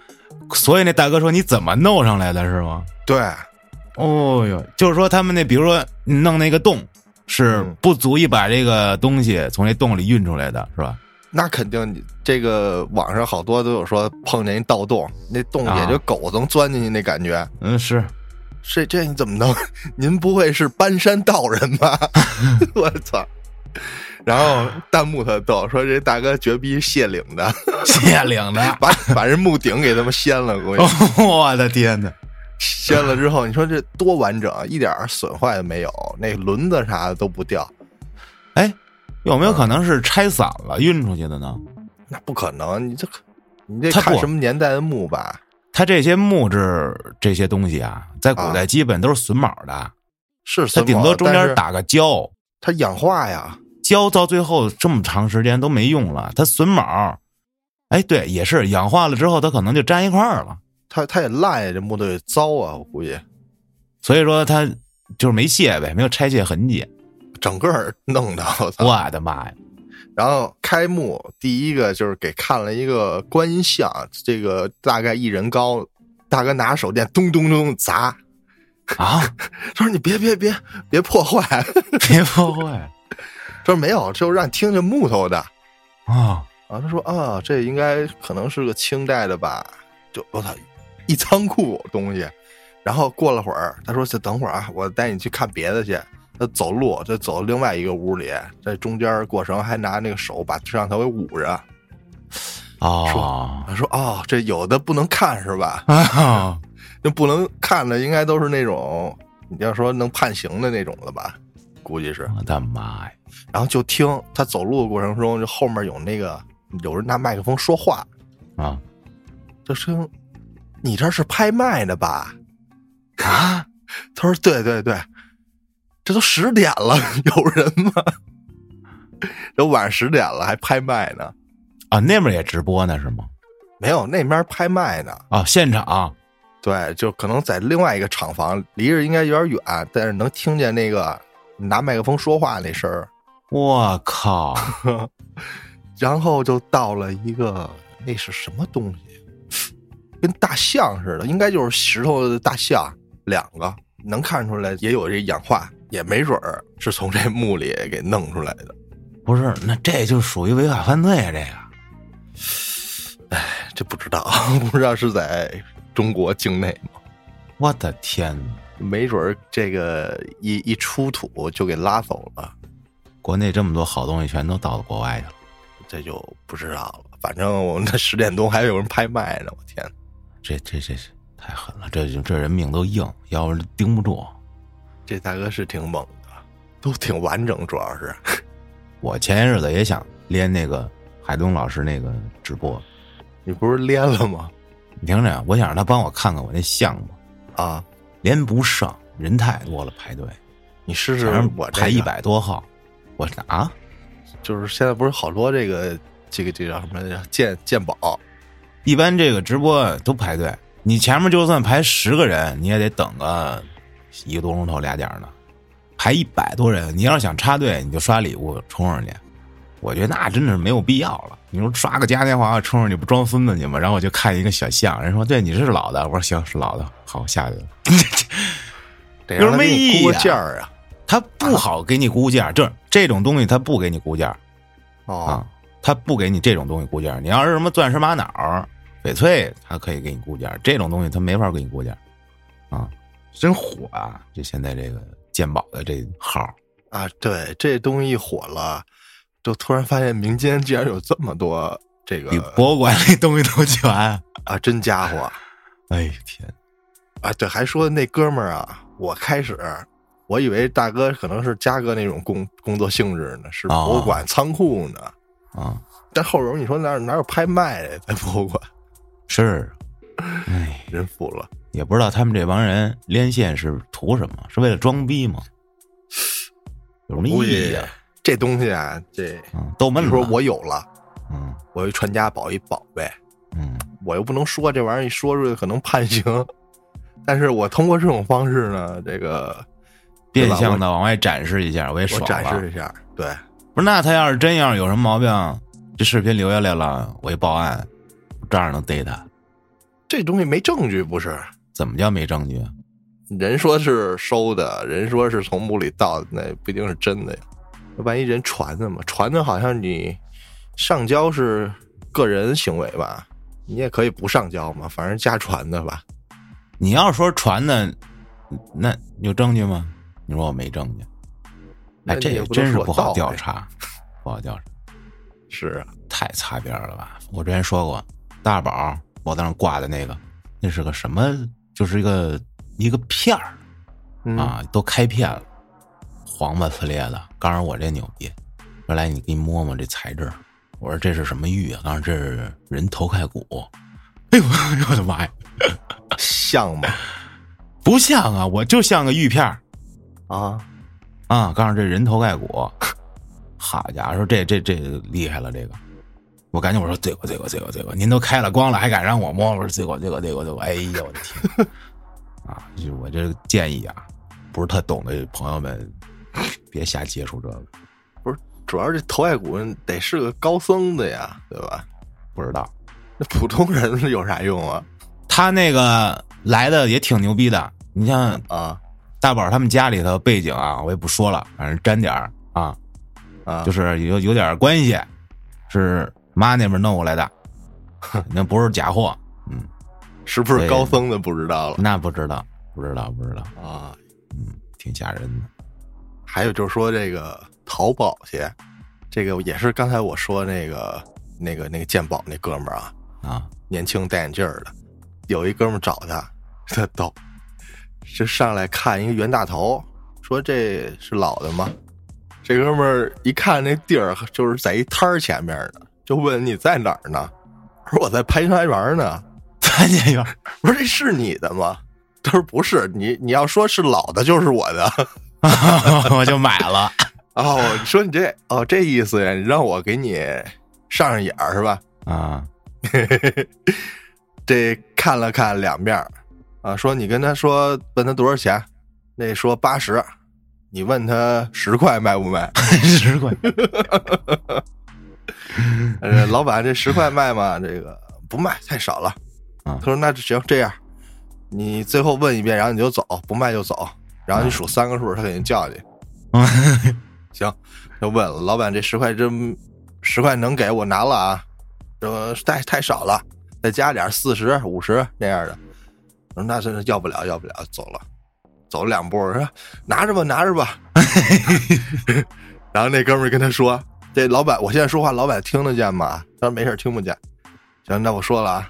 Speaker 2: 所以那大哥说你怎么弄上来的是吗？
Speaker 1: 对，
Speaker 2: 哦哟，就是说他们那，比如说你弄那个洞，是
Speaker 1: 嗯
Speaker 2: 不足以把这个东西从那洞里运出来的，是吧？
Speaker 1: 那肯定，你这个网上好多都有说碰见一盗洞，那洞
Speaker 2: 啊
Speaker 1: 也就狗能钻进去那感觉。
Speaker 2: 嗯，是，
Speaker 1: 这这你怎么弄？ 您不会是搬山道人吧？ 我操！然后弹幕特逗，说这大哥绝逼卸岭的，。
Speaker 2: 谢领的
Speaker 1: 把把人墓顶给他们掀了，估计
Speaker 2: 哎哦，我的天哪！
Speaker 1: 掀了之后，你说这多完整，啊一点儿损坏都没有，那轮子啥的都不掉，
Speaker 2: 哎，有没有可能是拆散了运出去的呢？
Speaker 1: 那不可能！你这你这
Speaker 2: 他不
Speaker 1: 看什么年代的墓吧？
Speaker 2: 它这些木质这些东西啊，在古代基本都是榫卯的，
Speaker 1: 是榫
Speaker 2: 它
Speaker 1: 卯
Speaker 2: 顶多中
Speaker 1: 但
Speaker 2: 间
Speaker 1: 是
Speaker 2: 打个胶，
Speaker 1: 它氧化呀，
Speaker 2: 胶到最后这么长时间都没用了，它榫卯，哎，对，也是氧化了之后，它可能就粘一块儿了，
Speaker 1: 它它也烂呀，这木头也糟啊，我估计
Speaker 2: 所以说它就是没卸呗，没有拆卸痕迹。
Speaker 1: 整个儿弄的，我操！
Speaker 2: 我的妈呀！
Speaker 1: 然后开幕第一个就是给看了一个观音像，这个大概一人高，大哥拿手电咚咚咚砸，
Speaker 2: 啊，
Speaker 1: 他说你别别别别破坏，
Speaker 2: 别破坏
Speaker 1: 他说没有，就让你听听木头的
Speaker 2: 啊！
Speaker 1: 啊，他说啊这应该可能是个清代的吧，就我操一仓库东西，然后过了会儿他说就等会儿啊，我带你去看别的去。他走路，这走另外一个屋里，在中间过程还拿那个手把摄像头给捂着。
Speaker 2: 哦，
Speaker 1: 他说：“哦，这有的不能看是吧？”
Speaker 2: 啊，
Speaker 1: 那不能看的应该都是那种你要说能判刑的那种了吧，估计是。
Speaker 2: 我的妈呀！
Speaker 1: 然后就听他走路的过程中，就后面有那个有人拿麦克风说话，
Speaker 2: 啊
Speaker 1: 就声，你这是拍卖的吧？
Speaker 2: 啊！
Speaker 1: 他说：“对对对，这都十点了， 有人吗？ 都晚上十点了还拍卖呢？
Speaker 2: 啊，那边也直播呢是吗？
Speaker 1: 没有，那边拍卖呢。
Speaker 2: 啊，现场
Speaker 1: 对，就可能在另外一个厂房，离着应该有点远，但是能听见那个拿麦克风说话那声儿。”
Speaker 2: 我靠！
Speaker 1: 然后就到了一个那是什么东西，跟大象似的，应该就是石头的大象，两个能看出来也有这氧化，也没准儿是从这墓里给弄出来的。
Speaker 2: 不是，那这就属于违法犯罪啊！这个
Speaker 1: 这不知道， 不知道是在中国境内吗？
Speaker 2: 我的天呐，
Speaker 1: 没准儿这个一一出土就给拉走了，
Speaker 2: 国内这么多好东西全都到了国外去了。
Speaker 1: 这就不知道了。反正我们那十点钟还有人拍卖呢，我天！
Speaker 2: 这这这是太狠了，这这人命都硬，要不然盯不住。
Speaker 1: 这大哥是挺猛的，都挺完整，主要是。
Speaker 2: 我前些日子也想连那个海东老师那个直播，
Speaker 1: 你不是连了吗？
Speaker 2: 你听着呀，我想让他帮我看看我那项目，
Speaker 1: 啊，
Speaker 2: 连不上，人太多了排队，
Speaker 1: 你试试
Speaker 2: 反正
Speaker 1: 我这
Speaker 2: 排一
Speaker 1: 个，
Speaker 2: 百多号，我说啊，
Speaker 1: 就是现在不是好多这个这个这叫什么来着？鉴鉴宝
Speaker 2: 一般这个直播都排队，你前面就算排十个人，你也得等个一个多钟头俩点儿呢，排一百多人，你要是想插队，你就刷礼物冲上去，我觉得那真的是没有必要了。你说刷个嘉年华冲上去不装孙子去吗？然后我就看一个小象，人说对你是老的，我说行是老的，好我下去了。
Speaker 1: 得
Speaker 2: 有什
Speaker 1: 让他
Speaker 2: 么
Speaker 1: 给
Speaker 2: 意
Speaker 1: 你
Speaker 2: 义
Speaker 1: 估个
Speaker 2: 啊
Speaker 1: 价儿啊！
Speaker 2: 他不好给你估价，这这种东西他不给你估价
Speaker 1: 哦
Speaker 2: 啊，他不给你这种东西估价。你要是什么钻石玛瑙、翡翠，他可以给你估价，这种东西他没法给你估价啊，真火啊！这现在这个鉴宝的这号，
Speaker 1: 啊，对，这东西一火了，就突然发现民间居然有这么多这个
Speaker 2: 比博物馆里东西都全。
Speaker 1: 啊真家伙
Speaker 2: 哎天，
Speaker 1: 啊！对，还说那哥们儿啊，我开始我以为大哥可能是嘉哥那种工工作性质呢，是
Speaker 2: 哦
Speaker 1: 博物馆仓库呢。
Speaker 2: 啊，
Speaker 1: 但后边你说哪哪有拍卖的在博物馆？
Speaker 2: 是，哎。
Speaker 1: 人服了，
Speaker 2: 也不知道他们这帮人连线是图什么？是为了装逼吗？有什么
Speaker 1: 估
Speaker 2: 意义
Speaker 1: 计
Speaker 2: 啊？
Speaker 1: 这东西啊，这
Speaker 2: 嗯，逗闷
Speaker 1: 你
Speaker 2: 子。
Speaker 1: 说我有了，
Speaker 2: 嗯
Speaker 1: 我一传家宝一宝贝，
Speaker 2: 嗯，
Speaker 1: 我又不能说这玩意儿，一说出去可能判刑。但是我通过这种方式呢，这个
Speaker 2: 变相的往外展示一下，我也
Speaker 1: 我
Speaker 2: 爽
Speaker 1: 展
Speaker 2: 了。
Speaker 1: 示一下，对
Speaker 2: 不是，那他要是真要是有什么毛病，这视频留下来了，我一报案，我照样能逮他。
Speaker 1: 这东西没证据不是？
Speaker 2: 怎么叫没证据？
Speaker 1: 人说是收的，人说是从墓里盗的，那不一定是真的呀。万一人传的嘛，传的好像你上交是个人行为吧，你也可以不上交嘛，反正家传的吧。
Speaker 2: 你要说传的，那有证据吗？你说我没证据，
Speaker 1: 那
Speaker 2: 哎，
Speaker 1: 你
Speaker 2: 这
Speaker 1: 也
Speaker 2: 也
Speaker 1: 不
Speaker 2: 真
Speaker 1: 能
Speaker 2: 是
Speaker 1: 说
Speaker 2: 不好
Speaker 1: 盗
Speaker 2: 调
Speaker 1: 呗
Speaker 2: 查，不好调查。
Speaker 1: 是啊，
Speaker 2: 太擦边儿了吧？我之前说过，大宝脖子上挂的那个，那是个什么？就是一个一个片儿
Speaker 1: 嗯、
Speaker 2: 啊，都开片了，黄吧呲咧的。告诉我这牛逼，说来你给你摸摸这材质。我说这是什么玉啊？告诉这是人头盖骨。 哎呦，哎呦我的妈呀！
Speaker 1: 像吗？
Speaker 2: 不像啊，我就像个玉片儿
Speaker 1: 啊，
Speaker 2: 啊。告诉这人头盖骨，好家伙，说这这这厉害了，这个。我赶紧我说罪过罪过罪过罪过，您都开了光了，还敢让我摸？我说罪过罪过罪过罪过，哎呀我的天啊！就是我这个建议啊，不是特懂的朋友们，别瞎接触这个，
Speaker 1: 主要是这头盖骨得是个高僧的呀，对吧？
Speaker 2: 不知道。
Speaker 1: 那普通人有啥用啊？
Speaker 2: 他那个来的也挺牛逼的，你像
Speaker 1: 啊
Speaker 2: 大宝他们家里头背景啊，我也不说了，反正沾点儿啊，
Speaker 1: 啊，
Speaker 2: 就是有有点关系，是妈那边弄过来的， 那不是假货，嗯，
Speaker 1: 是不是高僧的不知道了
Speaker 2: 那不知道，不知道，不知道，
Speaker 1: 啊？
Speaker 2: 嗯，挺吓人的。
Speaker 1: 还有就是说这个淘宝去，这个也是刚才我说那个那个那个鉴宝那哥们儿啊，
Speaker 2: 啊，
Speaker 1: 年轻戴眼镜儿的，有一哥们儿找他，他逗，就上来看一个袁大头，说这是老的吗？这哥们儿一看那地儿就是在一摊儿前面呢，就问你在哪儿呢？说我在潘家园呢。
Speaker 2: 潘家园
Speaker 1: 我说这是你的吗？他说不是，你你要说是老的，就是我的。
Speaker 2: 我就买了，
Speaker 1: 哦，你说你这哦这意思呀？你让我给你上上眼儿是吧？
Speaker 2: 啊，
Speaker 1: 这看了看两面儿，啊，说你跟他说问他多少钱，那说八十，你问他十块卖不卖？
Speaker 2: 啊十块，
Speaker 1: 呃，老板这十块卖吗？这个不卖，太少了。
Speaker 2: 啊
Speaker 1: 他说那行这样，你最后问一遍，然后你就走，不卖就走，然后你数三个数，他肯定叫你。行，就问了老板这十块真十块能给我拿了啊？说太太少了，再加点四十五十那样的。我说那真是要不了，要不了，走了，走了两步，我说拿着吧，拿着吧。然后那哥们儿跟他说：“这老板，我现在说话，老板听得见吗？”他说：“没事儿，听不见。”行，那我说了啊，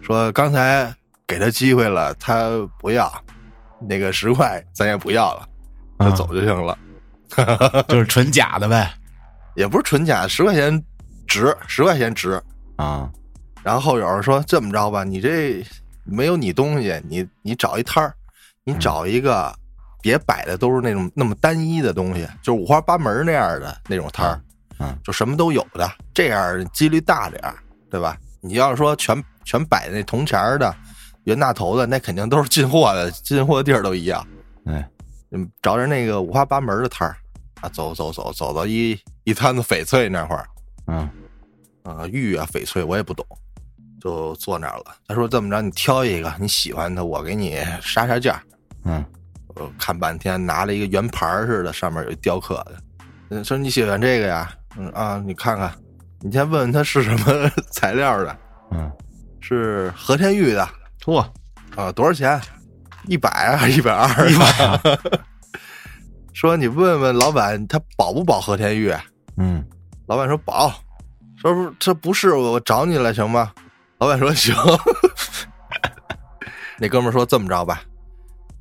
Speaker 1: 说刚才给他机会了，他不要，那个十块咱也不要了，就
Speaker 2: 啊
Speaker 1: 走就行了。
Speaker 2: 就是纯假的呗，
Speaker 1: 也不是纯假，十块钱值，十块钱值。
Speaker 2: 啊，
Speaker 1: 然后后友说这么着吧，你这没有你东西，你你找一摊儿，你找一个别摆的都是那种那么单一的东西，就是五花八门那样的那种摊儿，
Speaker 2: 嗯
Speaker 1: 就什么都有的，这样几率大点儿，对吧？你要是说全全摆那铜钱儿的、袁大头的，那肯定都是进货的，进货地儿都一样。
Speaker 2: 哎，
Speaker 1: 嗯，找点那个五花八门的摊儿啊，走走走走到一一摊子翡翠那会儿，
Speaker 2: 嗯，
Speaker 1: 啊，玉啊，翡翠我也不懂，就坐那儿了。他说这么着，你挑一个你喜欢的，我给你杀杀价。
Speaker 2: 嗯，
Speaker 1: 我看半天，拿了一个圆盘儿似的，上面有一雕刻的，嗯说你喜欢这个呀？嗯啊，你看看，你先问问他是什么 材料的，
Speaker 2: 嗯，
Speaker 1: 是和田玉的
Speaker 2: 嚯，
Speaker 1: 啊，多少钱？一百啊，还是一百二？
Speaker 2: 一百啊，
Speaker 1: 说你问问老板，他保不保和田玉？啊
Speaker 2: 嗯，
Speaker 1: 老板说保，说不这不是我找你了行吗？老板说行。 那哥们儿说这么着吧，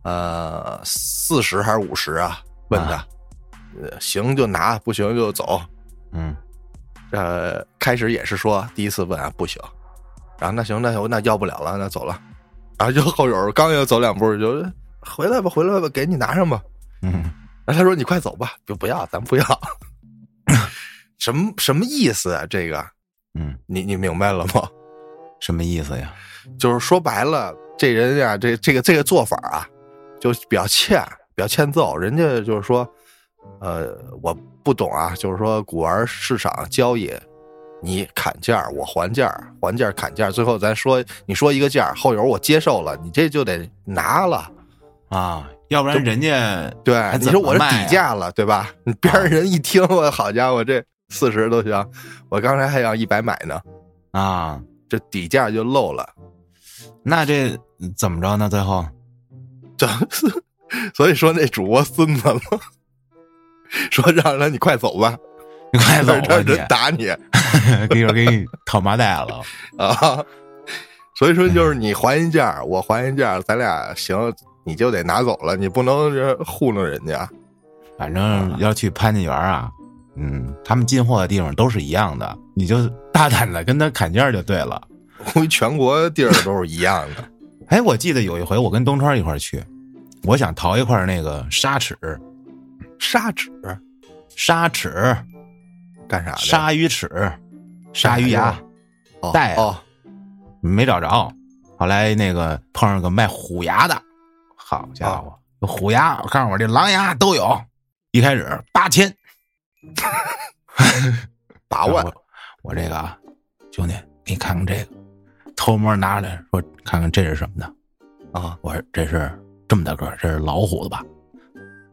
Speaker 1: 呃，四十还是五十啊？问他，
Speaker 2: 啊
Speaker 1: 呃，行就拿，不行就走。
Speaker 2: 嗯，
Speaker 1: 呃，开始也是说第一次问啊不行，然后那行那我那要不了了，那走了。然后就后友刚要走两步就回来吧，回来吧，给你拿上吧。
Speaker 2: 嗯，
Speaker 1: 然后他说：“你快走吧，就不要，咱不要。” 什么什么意思啊？这个
Speaker 2: 嗯，
Speaker 1: 你你明白了吗？
Speaker 2: 什么意思呀？
Speaker 1: 就是说白了，这人呀、这这个这个做法啊，就比较欠，比较欠揍。人家就是说，呃，我不懂啊，就是说古玩市场交易，你砍价，我还价，还价砍价，最后咱说你说一个价，后友我接受了，你这就得拿了。
Speaker 2: 啊，要不然人家
Speaker 1: 对，
Speaker 2: 还
Speaker 1: 你
Speaker 2: 怎
Speaker 1: 说
Speaker 2: 么
Speaker 1: 我这
Speaker 2: 卖
Speaker 1: 底
Speaker 2: 啊
Speaker 1: 价了，对吧？你边上人一听，我好家伙，这四十都行，我刚才还想一百买呢，
Speaker 2: 啊，
Speaker 1: 这底价就漏了。
Speaker 2: 那这怎么着呢？最后，
Speaker 1: 这，所以说那主播孙子了， 说让他你快走吧，
Speaker 2: 你 快走吧
Speaker 1: 让人打啊你
Speaker 2: 你，一会儿 给你套麻袋了。
Speaker 1: 啊。所以说就是你还一价，我还一价，咱俩行，你就得拿走了，你不能这糊弄人家。
Speaker 2: 反正要去潘家园啊，嗯，他们进货的地方都是一样的，你就大胆的跟他砍价就对了。
Speaker 1: 估计全国地儿都是一样的
Speaker 2: 哎，我记得有一回我跟东川一块儿去，我想淘一块那个砂纸，
Speaker 1: 砂纸
Speaker 2: 砂尺、
Speaker 1: 干啥的？
Speaker 2: 鲨鱼尺、鲨鱼牙，
Speaker 1: 哦
Speaker 2: 带啊
Speaker 1: 哦，
Speaker 2: 没找着。后来那个碰上个卖虎牙的，好家伙，虎牙！我告诉我，这狼牙都有。一开始八千，
Speaker 1: 八万
Speaker 2: 我我这个啊，兄弟，给你看看这个，偷摸拿出来说，看看这是什么的。
Speaker 1: 啊，
Speaker 2: 我说这是这么大个儿，这是老虎的吧？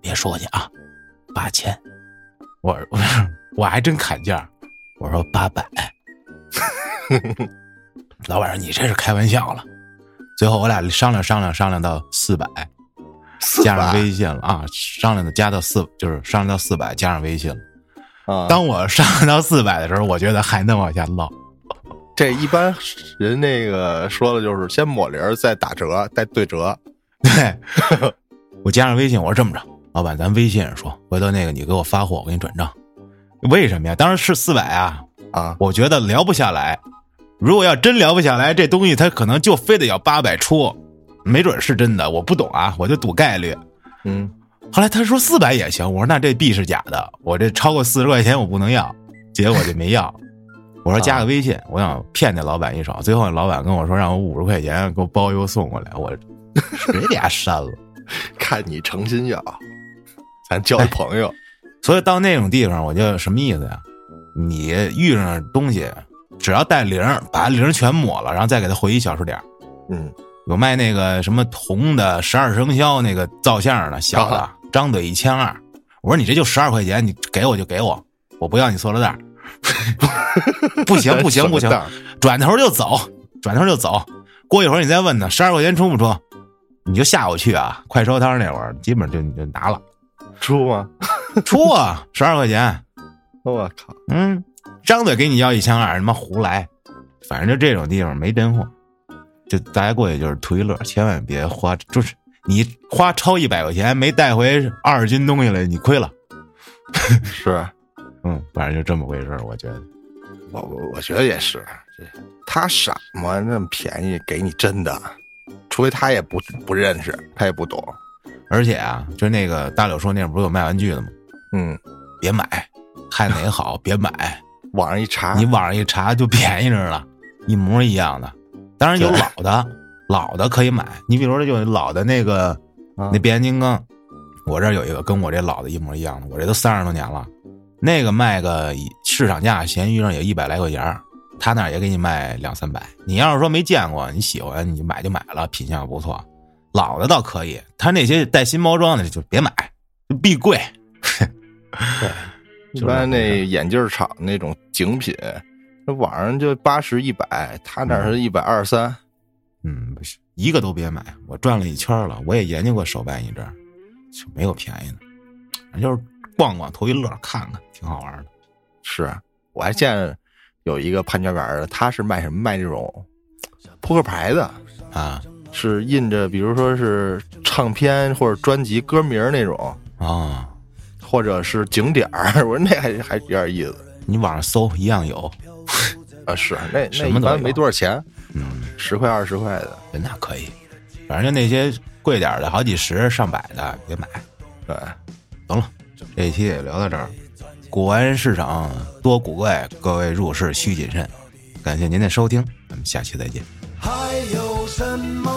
Speaker 2: 别说去啊，八千。我 我说我还真砍价，我说八百。 老板说你这是开玩笑了。最后我俩商量商量商量到四百，
Speaker 1: 四
Speaker 2: 加上
Speaker 1: 百
Speaker 2: 微信了啊，商量的加到四就是商量到四百加上微信了。
Speaker 1: 啊，
Speaker 2: 当我商量到四百的时候，我觉得还能往下唠。
Speaker 1: 这一般人那个说的就是先抹零儿，再打折，再对折。
Speaker 2: 对， 我加上微信，我说这么着，老板，咱微信上说，回头那个你给我发货，我给你转账。为什么呀？当然是四百啊，
Speaker 1: 啊，
Speaker 2: 我觉得聊不下来。如果要真聊不下来，这东西它可能就非得要八百出，没准是真的，我不懂啊，我就赌概率。
Speaker 1: 嗯，
Speaker 2: 后来他说四百也行，我说那这币是假的，我这超过四十块钱我不能要，结果就没要。我说加个微信，我想骗那老板一手，最后老板跟我说让我五十块钱给我包邮送过来，我 直接给他删了。
Speaker 1: 看你诚心要，咱交一朋友。
Speaker 2: 所以到那种地方，我就什么意思呀？你遇上东西，只要带零儿，把零儿全抹了，然后再给它回一小数点儿。
Speaker 1: 嗯，
Speaker 2: 有卖那个什么铜的十二生肖那个造像的小的
Speaker 1: 啊，
Speaker 2: 张嘴一千二。我说你这就十二块钱，你给我就给我，我不要你塑料袋儿。 不 行不行不行
Speaker 1: 什么，档
Speaker 2: 转头就走，转头就走。过一会儿你再问他，十二块钱出不出？你就下午去啊，快收摊儿那会儿，基本就你就拿了，
Speaker 1: 出吗？
Speaker 2: 出啊，十二块钱。
Speaker 1: 我靠，
Speaker 2: 嗯，张嘴给你要一千二，他妈胡来！反正就这种地方没真货，就大家过去就是图一乐，千万别花，就是你花超一百块钱没带回二十斤东西来，你亏了。
Speaker 1: 是
Speaker 2: 嗯，反正就这么回事儿我觉得。
Speaker 1: 我我我觉得也是，这他傻吗？那么便宜给你真的，除非他也不不认识，他也不懂。
Speaker 2: 而且啊，就那个大柳说那儿不是有卖玩具的吗？
Speaker 1: 嗯，
Speaker 2: 别买，看哪个好别买，
Speaker 1: 网上一查，
Speaker 2: 你网上一查就便宜着了，一模一样的。当然有
Speaker 1: 对
Speaker 2: 老的，老的可以买。你比如说，有老的那个
Speaker 1: 啊
Speaker 2: 那变形金刚，我这儿有一个跟我这老的一模一样的，我这都三十多年了，那个卖个一市场价，闲鱼上也一百来块钱儿，他那儿也给你卖两三百。你要是说没见过，你喜欢你就买就买了，品相不错。老的倒可以，他那些带新包装的就别买，必贵。
Speaker 1: 一
Speaker 2: 就这
Speaker 1: 般
Speaker 2: 么回事
Speaker 1: 那眼镜厂那种精品，那网上就八十一百，他那儿是一百二三。
Speaker 2: 嗯，不是一个都别买。我转了一圈了，我也研究过手办一阵儿，就没有便宜的，反正就是逛逛图一乐，看看挺好玩的。
Speaker 1: 是我还见有一个潘家园的，他是卖什么卖这种扑克牌的，
Speaker 2: 啊
Speaker 1: 是印着比如说是唱片或者专辑歌名儿那种，
Speaker 2: 哦，
Speaker 1: 或者是景点儿。 我说那还还有点意思
Speaker 2: 你网上搜一样有，
Speaker 1: 啊，是那那
Speaker 2: 什么
Speaker 1: 一
Speaker 2: 都
Speaker 1: 般
Speaker 2: 有
Speaker 1: 没多少钱，
Speaker 2: 嗯，
Speaker 1: 十块二十块的。
Speaker 2: 那可以。反正就那些贵点儿的，好几十、上百的别买。
Speaker 1: 对，
Speaker 2: 行了，这一期也聊到这儿。古玩市场多古怪，各位入市需谨慎。感谢您的收听，咱们下期再见。
Speaker 3: 还有什么